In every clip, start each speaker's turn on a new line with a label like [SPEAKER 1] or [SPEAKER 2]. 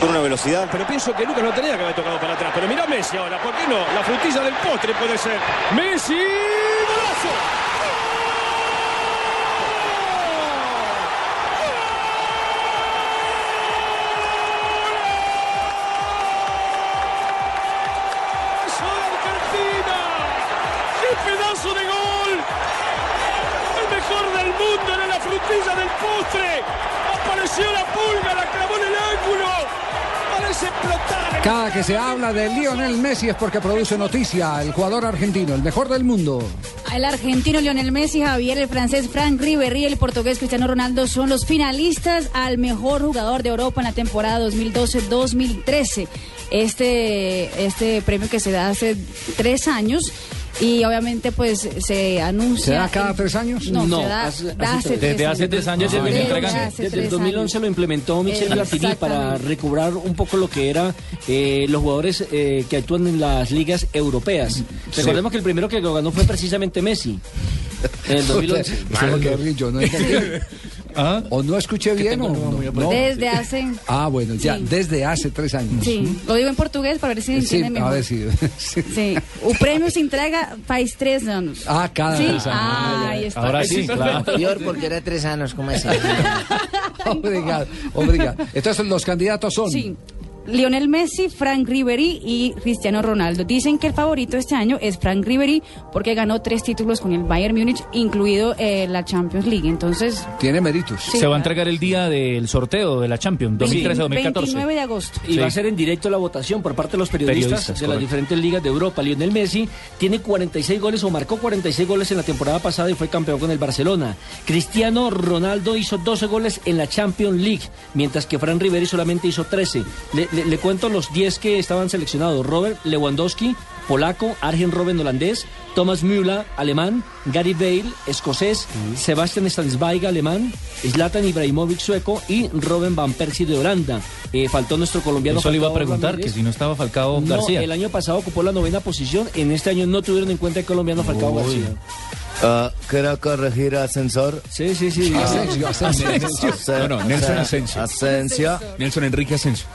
[SPEAKER 1] Por una velocidad.
[SPEAKER 2] Pero pienso que Lucas no tenía que haber tocado para atrás. Pero mira Messi ahora, ¿por qué no? La frutilla del postre puede ser. ¡Messi! ¡Golazo! ¡Golazo de Argentina! ¡Qué pedazo de gol! ¡El mejor del mundo era la frutilla del postre! ¡Apareció la pulga, la clavó en el ángulo! ¡Parece explotar!
[SPEAKER 3] Cada que se habla de Lionel Messi es porque produce noticia. El jugador argentino, el mejor del mundo.
[SPEAKER 4] El argentino Lionel Messi, Javier, el francés Frank Ribery y el portugués Cristiano Ronaldo son los finalistas al mejor jugador de Europa en la temporada 2012-2013. Este, este premio que se da hace tres años y obviamente pues se anuncia...
[SPEAKER 3] ¿Se da cada
[SPEAKER 4] en-
[SPEAKER 3] tres años?
[SPEAKER 4] No,
[SPEAKER 5] No,
[SPEAKER 4] se da,
[SPEAKER 5] hace-
[SPEAKER 4] da
[SPEAKER 5] hace
[SPEAKER 4] hace
[SPEAKER 5] tres.
[SPEAKER 4] tres
[SPEAKER 6] Desde hace tres años se
[SPEAKER 4] Ah,
[SPEAKER 6] viene
[SPEAKER 4] ya.
[SPEAKER 6] entregando.
[SPEAKER 4] Hace
[SPEAKER 5] Desde el
[SPEAKER 4] tres
[SPEAKER 5] 2011 lo
[SPEAKER 4] años.
[SPEAKER 5] implementó Michel
[SPEAKER 4] Eh,
[SPEAKER 5] Platini para
[SPEAKER 4] exactamente.
[SPEAKER 5] recobrar un poco lo que era eh, los jugadores eh, que actúan en las ligas europeas. Recordemos que el primero que lo ganó fue precisamente Messi en el 2011.
[SPEAKER 3] Usted no querrí, yo no entendí.
[SPEAKER 4] ¿Ah?
[SPEAKER 3] O no escuché bien o no. no.
[SPEAKER 4] Desde hace...
[SPEAKER 3] Ah, bueno, ya,
[SPEAKER 4] Sí.
[SPEAKER 3] desde hace tres años.
[SPEAKER 4] Sí, lo digo en portugués para ver si
[SPEAKER 3] Eh, Sí,
[SPEAKER 4] entienden
[SPEAKER 3] a
[SPEAKER 4] mejor.
[SPEAKER 3] ver si. sí.
[SPEAKER 4] Sí, o premio se entrega país tres años.
[SPEAKER 3] Ah, cada
[SPEAKER 4] Sí,
[SPEAKER 3] tres años.
[SPEAKER 4] ah, ahí está.
[SPEAKER 6] Ahora sí, claro.
[SPEAKER 7] Peor porque era tres años, ¿cómo es?
[SPEAKER 3] Obrigado, obrigado. Entonces, los candidatos son.
[SPEAKER 4] Sí. Lionel Messi, Frank Ribery y Cristiano Ronaldo. Dicen que el favorito este año es Frank Ribery porque ganó tres títulos con el Bayern Múnich, incluido eh, la Champions League. Entonces,
[SPEAKER 3] Tiene méritos.
[SPEAKER 6] Se
[SPEAKER 4] Sí,
[SPEAKER 6] va
[SPEAKER 4] claro.
[SPEAKER 6] a entregar el día del sorteo de la Champions
[SPEAKER 4] 29
[SPEAKER 6] 2013-2014.
[SPEAKER 4] de agosto.
[SPEAKER 5] Y
[SPEAKER 6] Sí.
[SPEAKER 5] va a ser en directo la votación por parte de los periodistas,
[SPEAKER 6] Periodistas,
[SPEAKER 5] de
[SPEAKER 6] correcto.
[SPEAKER 5] las diferentes ligas de Europa. Lionel Messi tiene 46 goles o marcó 46 goles en la temporada pasada y fue campeón con el Barcelona. Cristiano Ronaldo hizo 12 goles en la Champions League, mientras que Fran Riveri solamente hizo 13. Le, le- le cuento los 10 que estaban seleccionados. Robert Lewandowski, polaco, Arjen Robben holandés, Thomas Müller, alemán, Gary Bale, escocés, Sebastian Stanisvaiga, alemán, Zlatan Ibrahimovic, sueco y Robin Van Persie de Holanda. Eh, faltó nuestro colombiano.
[SPEAKER 6] Eso le iba a
[SPEAKER 5] Falcao
[SPEAKER 6] preguntar, que
[SPEAKER 5] Ramírez.
[SPEAKER 6] si no estaba Falcao
[SPEAKER 5] No,
[SPEAKER 6] García.
[SPEAKER 5] el año pasado ocupó la novena posición, en este año no tuvieron en cuenta el colombiano Falcao García.
[SPEAKER 1] Ah, quiero corregir ascensor.
[SPEAKER 5] Sí, sí, sí.
[SPEAKER 3] Asensio, Asensio.
[SPEAKER 1] No, no, Nelson Asensio. Asensio.
[SPEAKER 2] Nelson Enrique Asensio.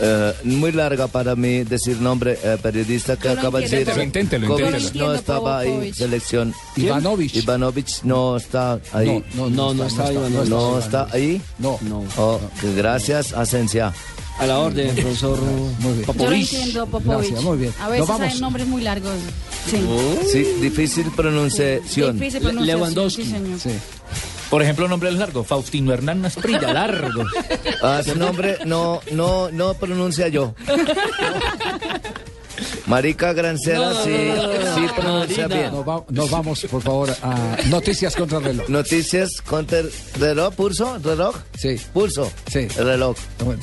[SPEAKER 1] Eh, muy larga para mí decir nombre eh, periodista que
[SPEAKER 4] Yo lo
[SPEAKER 1] acaba de
[SPEAKER 4] entiendo,
[SPEAKER 1] decir.
[SPEAKER 4] Pero
[SPEAKER 2] inténtelo,
[SPEAKER 4] inténtelo.
[SPEAKER 1] Kovac
[SPEAKER 4] Yo lo
[SPEAKER 1] No
[SPEAKER 4] entiendo,
[SPEAKER 1] estaba ahí,
[SPEAKER 4] Popovich.
[SPEAKER 1] selección.
[SPEAKER 3] Ivanovich.
[SPEAKER 1] Ivanovich no está ahí.
[SPEAKER 3] No,
[SPEAKER 5] No,
[SPEAKER 3] no,
[SPEAKER 5] no está Ivanovich.
[SPEAKER 1] No está ahí.
[SPEAKER 3] No.
[SPEAKER 5] No,
[SPEAKER 1] Oh, gracias, Asensio.
[SPEAKER 5] a la orden, profesor
[SPEAKER 3] Muy bien.
[SPEAKER 4] Yo lo
[SPEAKER 5] Popovich.
[SPEAKER 4] entiendo, Popovich.
[SPEAKER 3] Gracias, muy bien.
[SPEAKER 4] A
[SPEAKER 3] Nos
[SPEAKER 4] veces
[SPEAKER 3] vamos.
[SPEAKER 4] hay nombres muy largos. Sí.
[SPEAKER 1] Sí, difícil pronunciación.
[SPEAKER 4] Difícil
[SPEAKER 5] Le-
[SPEAKER 4] pronunciación,
[SPEAKER 5] Lewandowski.
[SPEAKER 4] sí, señor.
[SPEAKER 3] Sí.
[SPEAKER 6] Por ejemplo, nombres largos. Faustino Hernández Prilla, largo.
[SPEAKER 1] Ah, su nombre no, no, no pronuncia yo. Marica Grancera Ah, sí, sí pronuncia bien.
[SPEAKER 3] Nos, va- nos vamos, por favor, a Noticias contra el reloj.
[SPEAKER 1] Noticias contra el reloj, pulso, reloj.
[SPEAKER 3] Sí.
[SPEAKER 1] Pulso.
[SPEAKER 3] Sí.
[SPEAKER 1] Reloj.
[SPEAKER 3] Bueno.